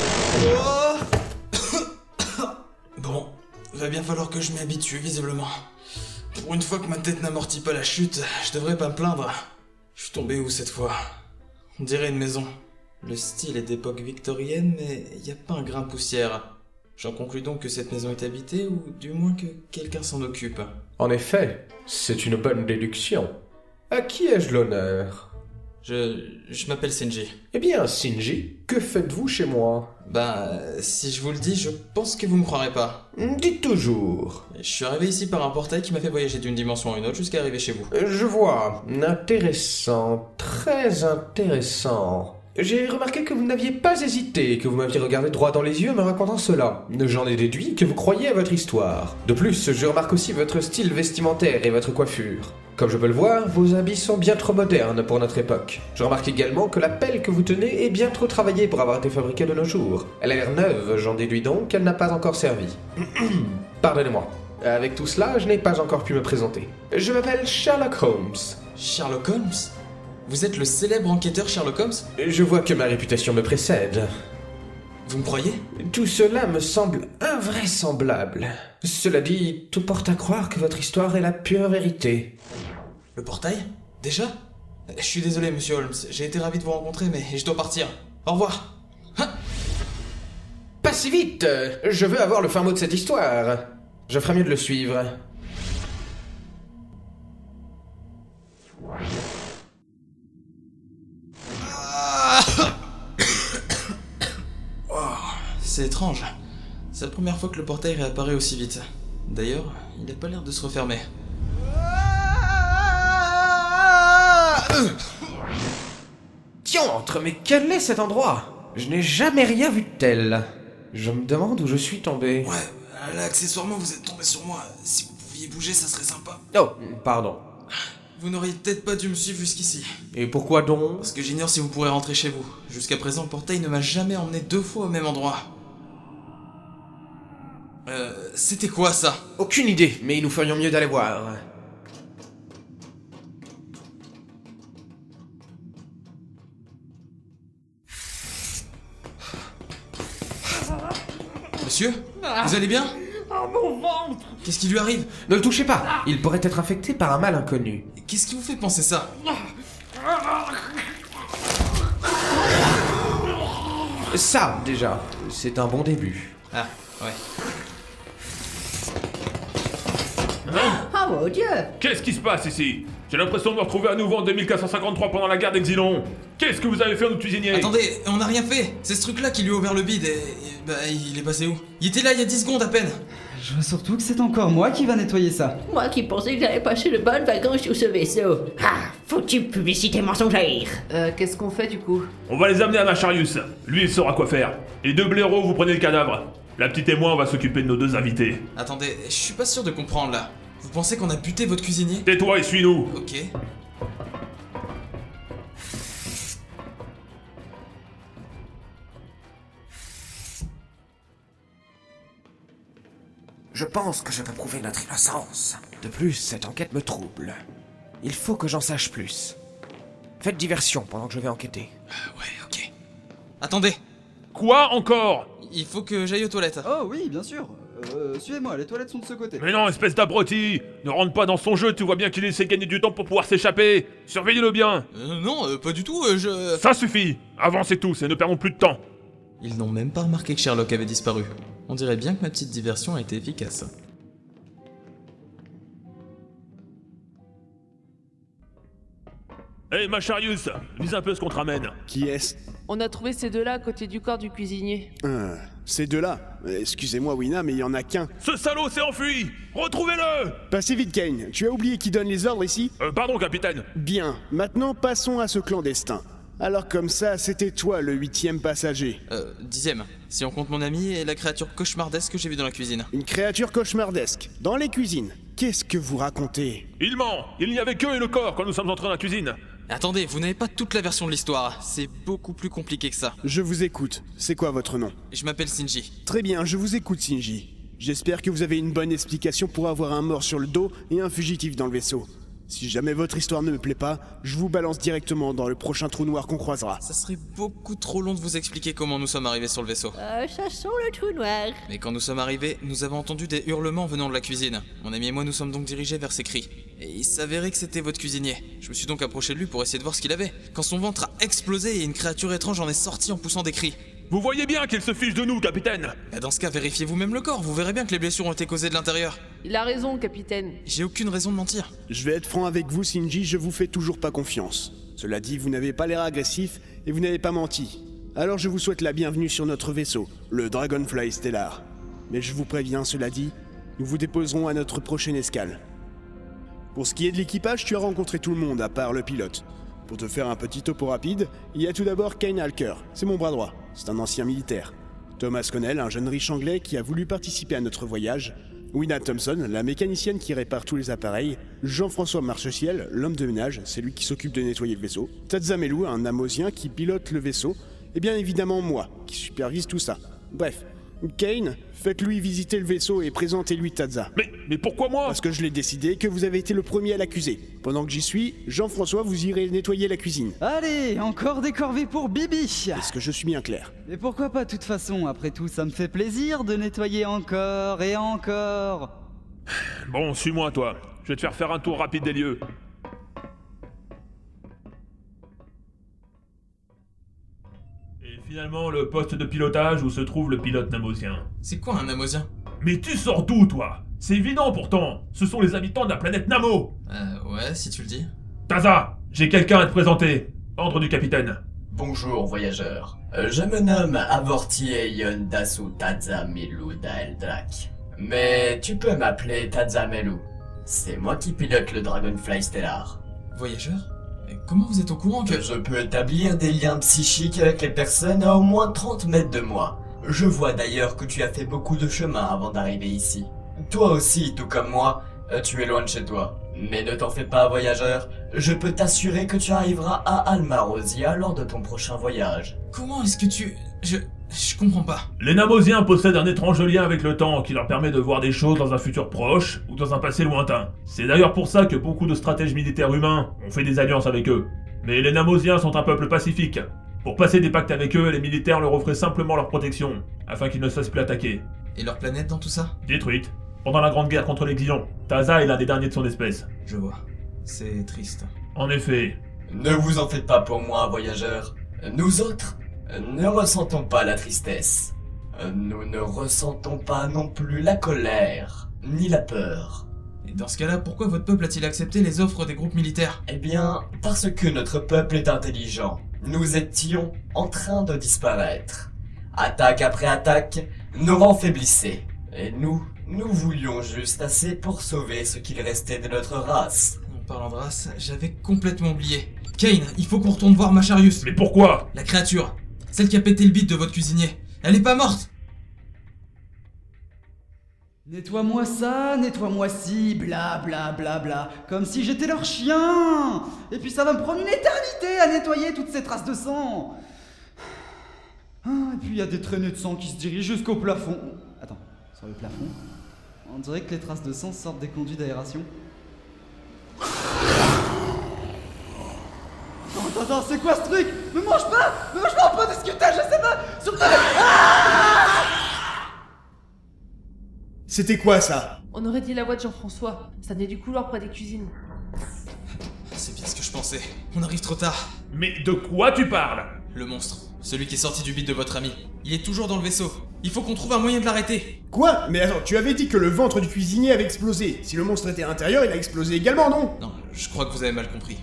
Oh. Va bien falloir que je m'y habitue, visiblement. Pour une fois que ma tête n'amortit pas la chute, je devrais pas me plaindre. Je suis tombé où cette fois On dirait une maison. Le style est d'époque victorienne, mais y a pas un grain de poussière. J'en conclus donc que cette maison est habitée, ou du moins que quelqu'un s'en occupe. En effet, c'est une bonne déduction. À qui ai-je l'honneur Je. je m'appelle Senji. Eh bien, Shinji, que faites-vous chez moi Ben, euh, si je vous le dis, je pense que vous me croirez pas. Dites toujours. Je suis arrivé ici par un portail qui m'a fait voyager d'une dimension à une autre jusqu'à arriver chez vous. Je vois. Intéressant, très intéressant. J'ai remarqué que vous n'aviez pas hésité, que vous m'aviez regardé droit dans les yeux en me racontant cela. J'en ai déduit que vous croyez à votre histoire. De plus, je remarque aussi votre style vestimentaire et votre coiffure. Comme je peux le voir, vos habits sont bien trop modernes pour notre époque. Je remarque également que la pelle que vous tenez est bien trop travaillée pour avoir été fabriquée de nos jours. Elle a l'air neuve, j'en déduis donc qu'elle n'a pas encore servi. Pardonnez-moi. Avec tout cela, je n'ai pas encore pu me présenter. Je m'appelle Sherlock Holmes. Sherlock Holmes Vous êtes le célèbre enquêteur Sherlock Holmes Je vois que ma réputation me précède. Vous me croyez Tout cela me semble invraisemblable. Cela dit, tout porte à croire que votre histoire est la pure vérité. Le portail Déjà Euh, Je suis désolé, monsieur Holmes, j'ai été ravi de vous rencontrer, mais je dois partir. Au revoir Pas si vite euh, Je veux avoir le fin mot de cette histoire. Je ferai mieux de le suivre. C'est étrange. C'est la première fois que le portail réapparaît aussi vite. D'ailleurs, il n'a pas l'air de se refermer. Diantre, mais quel est cet endroit Je n'ai jamais rien vu de tel. Je me demande où je suis tombé. Ouais, là, accessoirement, vous êtes tombé sur moi. Si vous pouviez bouger, ça serait sympa. Oh, pardon. Vous n'auriez peut-être pas dû me suivre jusqu'ici. Et pourquoi donc Parce que j'ignore si vous pourrez rentrer chez vous. Jusqu'à présent, le portail ne m'a jamais emmené deux fois au même endroit. Euh, c'était quoi ça Aucune idée, mais nous ferions mieux d'aller voir. Monsieur Vous allez bien Ah, mon ventre Qu'est-ce qui lui arrive Ne le touchez pas Il pourrait être infecté par un mal inconnu. Qu'est-ce qui vous fait penser ça Ça, déjà, c'est un bon début. Ah, ouais. Ah mon dieu Qu'est-ce qui se passe ici J'ai l'impression de me retrouver à nouveau en 2453 pendant la guerre d'Exilon. Qu'est-ce que vous avez fait à nous cuisinier Attendez, on n'a rien fait C'est ce truc-là qui lui a ouvert le bide et... et bah, il est passé où Il était là il y a 10 secondes à peine Je vois surtout que c'est encore moi qui va nettoyer ça. Moi qui pensais que j'allais passer de bonnes vacances sur ce vaisseau. Ah, foutue publicité mensongère Euh, qu'est-ce qu'on fait du coup On va les amener à Macharius. Lui, il saura quoi faire. Et deux blaireaux, vous prenez le cadavre. La petite et moi, on va s'occuper de nos deux invités. Attendez, je suis pas sûr de comprendre là. Vous pensez qu'on a buté votre cuisinier Tais-toi et suis-nous. Ok. Je pense que je peux prouver notre innocence. De plus, cette enquête me trouble. Il faut que j'en sache plus. Faites diversion pendant que je vais enquêter. Ouais, ok. Attendez, Quoi encore il faut que j'aille aux toilettes. Oh oui, bien sûr. Euh, Suivez-moi, les toilettes sont de ce côté. Mais non, espèce d'abruti Ne rentre pas dans son jeu, tu vois bien qu'il essaie de gagner du temps pour pouvoir s'échapper. Surveillez-le bien. Euh, non, euh, pas du tout, euh, je... Ça suffit. Avancez tous et ne perdons plus de temps. Ils n'ont même pas remarqué que Sherlock avait disparu. On dirait bien que ma petite diversion a été efficace. Hé, Macharius, dis un peu ce qu'on te ramène. Qui est-ce On a trouvé ces deux-là à côté du corps du cuisinier. Ah, Ces deux-là. Euh, Excusez-moi, Wina, mais il y en a qu'un. Ce salaud s'est enfui Retrouvez-le Passez vite, Kane. Tu as oublié qui donne les ordres ici Euh, Pardon, capitaine. Bien. Maintenant, passons à ce clandestin. Alors comme ça, c'était toi le huitième passager. Euh, dixième, si on compte mon ami et la créature cauchemardesque que j'ai vue dans la cuisine. Une créature cauchemardesque. Dans les cuisines. Qu'est-ce que vous racontez Il ment Il n'y avait que et le corps quand nous sommes entrés dans la cuisine. Attendez, vous n'avez pas toute la version de l'histoire. C'est beaucoup plus compliqué que ça. Je vous écoute. C'est quoi votre nom Je m'appelle Sinji. Très bien, je vous écoute, Shinji. J'espère que vous avez une bonne explication pour avoir un mort sur le dos et un fugitif dans le vaisseau. Si jamais votre histoire ne me plaît pas, je vous balance directement dans le prochain trou noir qu'on croisera. Ça serait beaucoup trop long de vous expliquer comment nous sommes arrivés sur le vaisseau. Oh, ça sent le trou noir. Mais quand nous sommes arrivés, nous avons entendu des hurlements venant de la cuisine. Mon ami et moi nous sommes donc dirigés vers ces cris. Et il s'avérait que c'était votre cuisinier. Je me suis donc approché de lui pour essayer de voir ce qu'il avait. Quand son ventre a explosé et une créature étrange en est sortie en poussant des cris. Vous voyez bien qu'il se fiche de nous, capitaine Bah, dans ce cas, vérifiez vous-même le corps, vous verrez bien que les blessures ont été causées de l'intérieur. Il a raison, capitaine. J'ai aucune raison de mentir. Je vais être franc avec vous, Shinji, je vous fais toujours pas confiance. Cela dit, vous n'avez pas l'air agressif et vous n'avez pas menti. Alors je vous souhaite la bienvenue sur notre vaisseau, le Dragonfly Stellar. Mais je vous préviens, cela dit, nous vous déposerons à notre prochaine escale. Pour ce qui est de l'équipage, tu as rencontré tout le monde à part le pilote. Pour te faire un petit topo rapide, il y a tout d'abord Kane Halker, c'est mon bras droit, c'est un ancien militaire. Thomas Connell, un jeune riche anglais qui a voulu participer à notre voyage. Wina Thompson, la mécanicienne qui répare tous les appareils. Jean-François Marchesiel, l'homme de ménage, c'est lui qui s'occupe de nettoyer le vaisseau. Tazamelu, un amosien qui pilote le vaisseau. Et bien évidemment moi, qui supervise tout ça. Bref, Kane, faites-lui visiter le vaisseau et présentez-lui Tadza. Mais, mais pourquoi moi Parce que je l'ai décidé que vous avez été le premier à l'accuser. Pendant que j'y suis, Jean-François, vous irez nettoyer la cuisine. Allez, encore des corvées pour Bibi Est-ce que je suis bien clair Et pourquoi pas, de toute façon, après tout, ça me fait plaisir de nettoyer encore et encore Bon, suis-moi, toi. Je vais te faire faire un tour rapide des lieux. Et finalement, le poste de pilotage où se trouve le pilote namosien. C'est quoi un amosien Mais tu sors d'où, toi C'est évident pourtant Ce sont les habitants de la planète Namo Euh, ouais, si tu le dis. Taza J'ai quelqu'un à te présenter Ordre du capitaine Bonjour voyageurs, Euh, je me nomme Avortier Yondasu Tazamelu Daeldrak. Mais tu peux m'appeler Tazamelu. C'est moi qui pilote le Dragonfly Stellar. Voyageur Euh, Comment vous êtes au courant que. Que je peux établir des liens psychiques avec les personnes à au moins 30 mètres de moi. Je vois d'ailleurs que tu as fait beaucoup de chemin avant d'arriver ici. Toi aussi, tout comme moi, euh, tu es loin de chez toi. Mais ne t'en fais pas, voyageur. Je peux t'assurer que tu arriveras à Almarosia lors de ton prochain voyage. Comment est-ce que tu. Je. Je comprends pas. Les Namosiens possèdent un étrange lien avec le temps qui leur permet de voir des choses dans un futur proche ou dans un passé lointain. C'est d'ailleurs pour ça que beaucoup de stratèges militaires humains ont fait des alliances avec eux. Mais les Namosiens sont un peuple pacifique. Pour passer des pactes avec eux, les militaires leur offraient simplement leur protection, afin qu'ils ne se fassent plus attaquer. Et leur planète dans tout ça Détruite. Pendant la Grande Guerre contre les Xions, Taza est l'un des derniers de son espèce. Je vois. C'est triste. En effet, Ne vous en faites pas pour moi, voyageurs. Nous autres, ne ressentons pas la tristesse. Nous ne ressentons pas non plus la colère, ni la peur. Et dans ce cas-là, pourquoi votre peuple a-t-il accepté les offres des groupes militaires Eh bien, parce que notre peuple est intelligent, nous étions en train de disparaître. Attaque après attaque, nos rangs faiblissaient. Et nous, nous voulions juste assez pour sauver ce qu'il restait de notre race. En parlant de race, j'avais complètement oublié. Kane, il faut qu'on retourne voir Macharius. mais pourquoi La créature. Celle qui a pété le bide de votre cuisinier. Elle est pas morte Nettoie-moi ça, nettoie-moi ci, bla bla bla bla, comme si j'étais leur chien Et puis ça va me prendre une éternité à nettoyer toutes ces traces de sang Ah, Et puis il y a des traînées de sang qui se dirigent jusqu'au plafond. Attends, sur le plafond On dirait que les traces de sang sortent des conduits d'aération. Attends, attends, c'est quoi ce truc Me mange pas Me mange pas, on peut discuter, je sais pas Surtout... C'était quoi ça On aurait dit la voix de Jean-François. Ça venait du couloir près des cuisines. C'est bien ce que je pensais. On arrive trop tard. Mais de quoi tu parles Le monstre. Celui qui est sorti du bide de votre ami. Il est toujours dans le vaisseau. Il faut qu'on trouve un moyen de l'arrêter. Quoi Mais attends, tu avais dit que le ventre du cuisinier avait explosé. Si le monstre était à l'intérieur, il a explosé également, non Non, je crois que vous avez mal compris.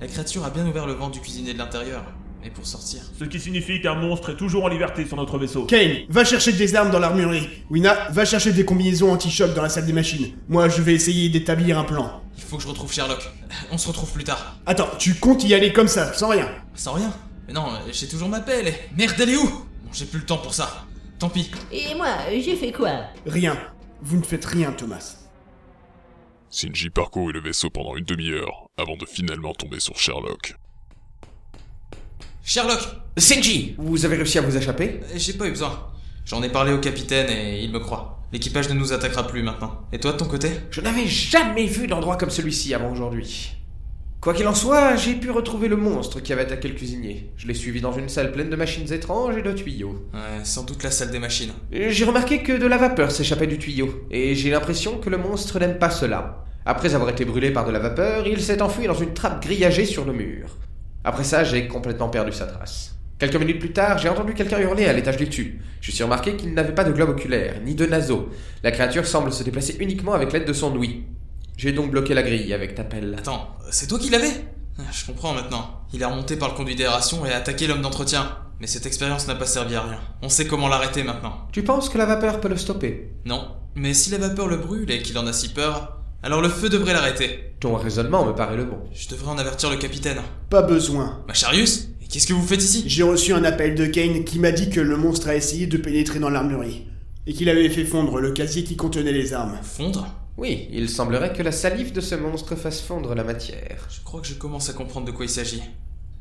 La créature a bien ouvert le ventre du cuisinier de l'intérieur. Et pour sortir. Ce qui signifie qu'un monstre est toujours en liberté sur notre vaisseau. Kane, va chercher des armes dans l'armurerie. Wina, va chercher des combinaisons anti-choc dans la salle des machines. Moi, je vais essayer d'établir un plan. Il faut que je retrouve Sherlock. Euh, On se retrouve plus tard. Attends, tu comptes y aller comme ça, sans rien Sans rien. Mais non, j'ai toujours ma paix, elle est- Merde, elle est où Bon, j'ai plus le temps pour ça. Tant pis. Et moi, j'ai fait quoi Rien. Vous ne faites rien, Thomas. Shinji parcourut le vaisseau pendant une demi-heure avant de finalement tomber sur Sherlock. Sherlock Senji, vous avez réussi à vous échapper Euh, Eh, J'ai pas eu besoin. J'en ai parlé au capitaine et il me croit. L'équipage ne nous attaquera plus maintenant. Et toi de ton côté Je n'avais jamais vu d'endroit comme celui-ci avant aujourd'hui. Quoi qu'il en soit, j'ai pu retrouver le monstre qui avait attaqué le cuisinier. Je l'ai suivi dans une salle pleine de machines étranges et de tuyaux. Ouais, sans doute la salle des machines. Euh, J'ai remarqué que de la vapeur s'échappait du tuyau, et j'ai l'impression que le monstre n'aime pas cela. Après avoir été brûlé par de la vapeur, il s'est enfui dans une trappe grillagée sur le mur. Après ça, j'ai complètement perdu sa trace. Quelques minutes plus tard, j'ai entendu quelqu'un hurler à l'étage du dessus. Je suis remarqué qu'il n'avait pas de globe oculaire, ni de naseau. La créature semble se déplacer uniquement avec l'aide de son ouïe. J'ai donc bloqué la grille avec ta pelle. Attends, c'est toi qui l'avais Ah, Je comprends maintenant. Il est remonté par le conduit d'aération et a attaqué l'homme d'entretien. Mais cette expérience n'a pas servi à rien. On sait comment l'arrêter maintenant. Tu penses que la vapeur peut le stopper Non, mais si la vapeur le brûle et qu'il en a si peur, alors le feu devrait l'arrêter. Ton raisonnement me paraît le bon. Je devrais en avertir le capitaine. Pas besoin. Macharius Et qu'est-ce que vous faites ici J'ai reçu un appel de Kane qui m'a dit que le monstre a essayé de pénétrer dans l'armurerie et qu'il avait fait fondre le casier qui contenait les armes. Fondre Oui, il semblerait que la salive de ce monstre fasse fondre la matière. Je crois que je commence à comprendre de quoi il s'agit.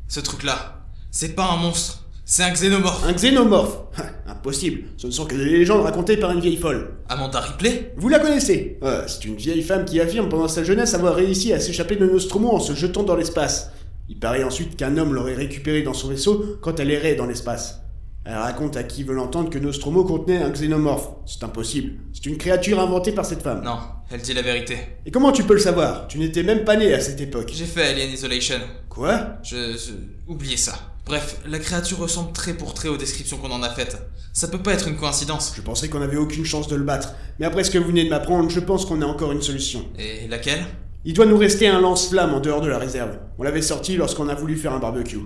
Ce truc-là, c'est pas un monstre, c'est un xénomorphe. Un xénomorphe Impossible, ce ne sont que des légendes racontées par une vieille folle. Amanda Ripley Vous la connaissez Euh, C'est une vieille femme qui affirme pendant sa jeunesse avoir réussi à s'échapper de Nostromo en se jetant dans l'espace. Il paraît ensuite qu'un homme l'aurait récupérée dans son vaisseau quand elle errait dans l'espace. Elle raconte à qui veut l'entendre que Nostromo contenait un xénomorphe. C'est impossible. C'est une créature inventée par cette femme. Non, elle dit la vérité. Et comment tu peux le savoir Tu n'étais même pas né à cette époque. J'ai fait Alien Isolation. Quoi Je, je... Oubliez ça. Bref, la créature ressemble trait pour trait aux descriptions qu'on en a faites. Ça peut pas être une coïncidence. Je pensais qu'on n'avait aucune chance de le battre, mais après ce que vous venez de m'apprendre, je pense qu'on a encore une solution. Et laquelle Il doit nous rester un lance-flamme en dehors de la réserve. On l'avait sorti lorsqu'on a voulu faire un barbecue.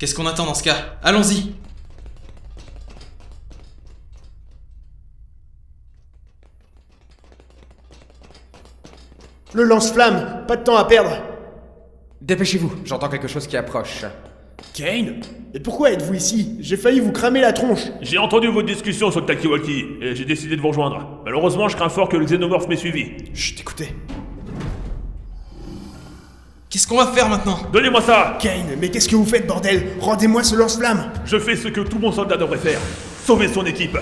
Qu'est-ce qu'on attend dans ce cas Allons-y Le lance-flamme Pas de temps à perdre Dépêchez-vous, j'entends quelque chose qui approche. Kane Et pourquoi êtes-vous ici J'ai failli vous cramer la tronche J'ai entendu votre discussion sur le Takiwaki et j'ai décidé de vous rejoindre. Malheureusement, je crains fort que le xénomorphe m'ait suivi. Chut, écoutez. Qu'est-ce qu'on va faire maintenant Donnez-moi ça Kane, mais qu'est-ce que vous faites, bordel Rendez-moi ce lance-flamme Je fais ce que tout mon soldat devrait faire sauver son équipe.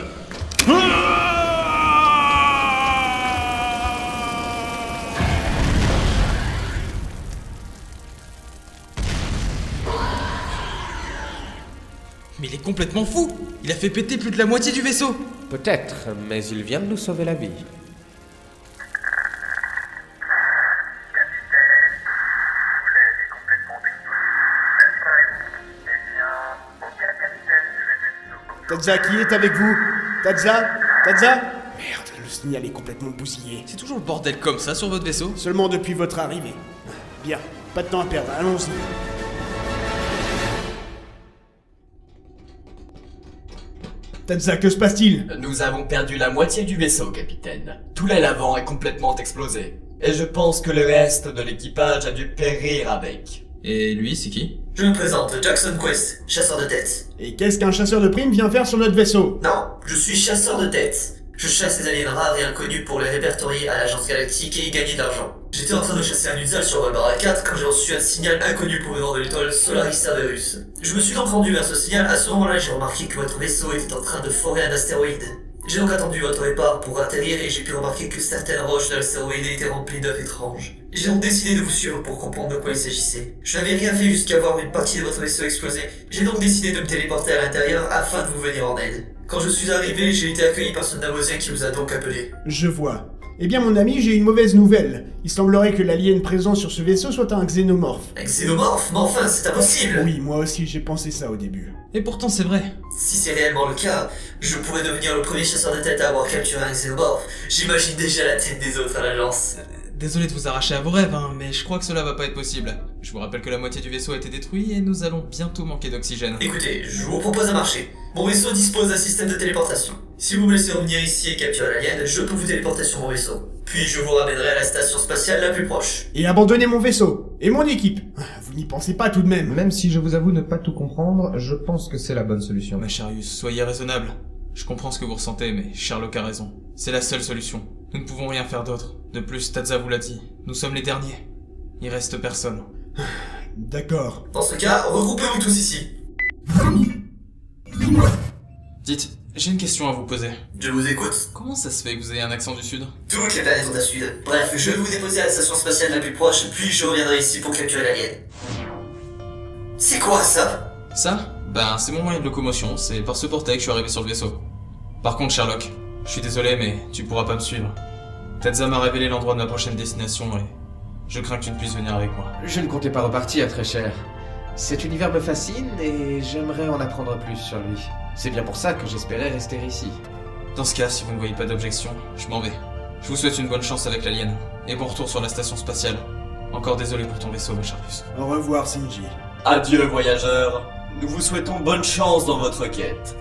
Mais il est complètement fou Il a fait péter plus de la moitié du vaisseau Peut-être, mais il vient de nous sauver la vie. Tadza, qui est avec vous Tadza Tadza Merde, le signal est complètement bousillé. C'est toujours le bordel comme ça sur votre vaisseau Seulement depuis votre arrivée. Bien, pas de temps à perdre, allons-y. Tadza, que se passe-t-il Nous avons perdu la moitié du vaisseau, capitaine. Tout l'aile avant est complètement explosé. Et je pense que le reste de l'équipage a dû périr avec. Et lui, c'est qui Je me présente, Jackson Quest, chasseur de têtes. Et qu'est-ce qu'un chasseur de primes vient faire sur notre vaisseau Non, je suis chasseur de têtes. Je chasse les aliens rares et inconnus pour les répertorier à l'agence galactique et y gagner de l'argent. J'étais en train de chasser un usage sur Walbara 4 quand j'ai reçu un signal inconnu provenant de l'étoile Solaris Cerberus. Je me suis donc rendu vers ce signal, à ce moment-là j'ai remarqué que votre vaisseau était en train de forer un astéroïde. J'ai donc attendu votre départ pour atterrir et j'ai pu remarquer que certaines roches de l'astéroïde étaient remplies d'œufs étranges. J'ai donc décidé de vous suivre pour comprendre de quoi il s'agissait. Je n'avais rien fait jusqu'à voir une partie de votre vaisseau exploser. J'ai donc décidé de me téléporter à l'intérieur afin de vous venir en aide. Quand je suis arrivé, j'ai été accueilli par ce Namosien qui vous a donc appelé. Je vois. Eh bien, mon ami, j'ai une mauvaise nouvelle. Il semblerait que l'alien présent sur ce vaisseau soit un xénomorphe. Un xénomorphe Mais enfin, c'est impossible Oui, moi aussi, j'ai pensé ça au début. Et pourtant, c'est vrai. Si c'est réellement le cas, je pourrais devenir le premier chasseur de tête à avoir capturé un xénomorphe. J'imagine déjà la tête des autres à l'agence. Désolé de vous arracher à vos rêves, hein, mais je crois que cela va pas être possible. Je vous rappelle que la moitié du vaisseau a été détruit et nous allons bientôt manquer d'oxygène. Écoutez, je vous propose un marché. Mon vaisseau dispose d'un système de téléportation. Si vous me laissez revenir ici et capturer l'alien, je peux vous téléporter sur mon vaisseau. Puis je vous ramènerai à la station spatiale la plus proche. Et abandonner mon vaisseau. Et mon équipe. Vous n'y pensez pas tout de même. Même si je vous avoue ne pas tout comprendre, je pense que c'est la bonne solution. Macharius, soyez raisonnable. Je comprends ce que vous ressentez, mais Sherlock a raison. C'est la seule solution. Nous ne pouvons rien faire d'autre. De plus, Tadza vous l'a dit. Nous sommes les derniers. Il reste personne. D'accord. Dans ce cas, regroupez-vous tous ici. Dites, J'ai une question à vous poser. Je vous écoute. Comment ça se fait que vous ayez un accent du Sud Toutes les planètes ont un sud. Bref, je vais vous déposer à la station spatiale la plus proche, puis je reviendrai ici pour capturer l'alien. C'est quoi ça Ça Ben, c'est mon moyen de locomotion, c'est par ce portail que je suis arrivé sur le vaisseau. Par contre, Sherlock, je suis désolé, mais tu pourras pas me suivre. Tetza m'a révélé l'endroit de ma prochaine destination et je crains que tu ne puisses venir avec moi. Je ne comptais pas repartir, très cher. Cet univers me fascine et j'aimerais en apprendre plus sur lui. C'est bien pour ça que j'espérais rester ici. Dans ce cas, si vous ne voyez pas d'objection, je m'en vais. Je vous souhaite une bonne chance avec l'alien et bon retour sur la station spatiale. Encore désolé pour ton vaisseau, ma chère puce. Au revoir, Sinji. Adieu, voyageurs. Nous vous souhaitons bonne chance dans votre quête.